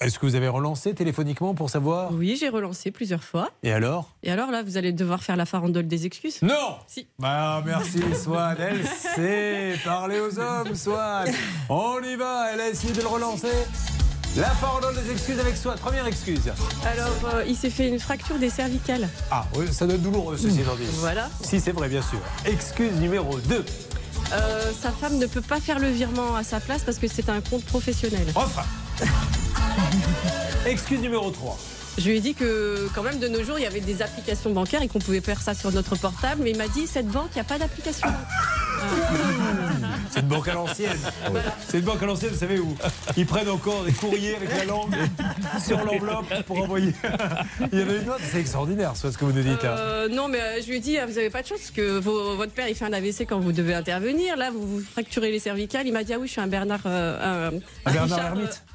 Est-ce que vous avez relancé téléphoniquement pour savoir Oui, j'ai relancé plusieurs fois. Et alors Et alors là, vous allez devoir faire la farandole des excuses. Non Si. Bah merci Swan, elle sait parler aux hommes Swan. On y va, elle a essayé de le relancer. La farandole des excuses avec Swan, première excuse. Alors, euh, il s'est fait une fracture des cervicales. Ah, oui, ça doit être douloureux ceci dit. Voilà. Si c'est vrai bien sûr. Excuse numéro 2. Euh, sa femme ne peut pas faire le virement à sa place parce que c'est un compte professionnel. Refrain. excuse numéro 3. Je lui ai dit que quand même de nos jours il y avait des applications bancaires et qu'on pouvait faire ça sur notre portable, mais il m'a dit cette banque il n'y a pas d'application. C'est une banque à l'ancienne. C'est une banque à l'ancienne, vous savez où Ils prennent encore des courriers avec la langue sur l'enveloppe pour envoyer. Il y avait une autre, c'est extraordinaire, soit ce que vous nous dites hein. là. Euh, non mais euh, je lui ai dit ah, vous avez pas de chance parce que vos- votre père il fait un AVC quand vous devez intervenir, là vous vous fracturez les cervicales, il m'a dit ah oui je suis un Bernard euh, un- Ah, Bernard Richard, Hermite.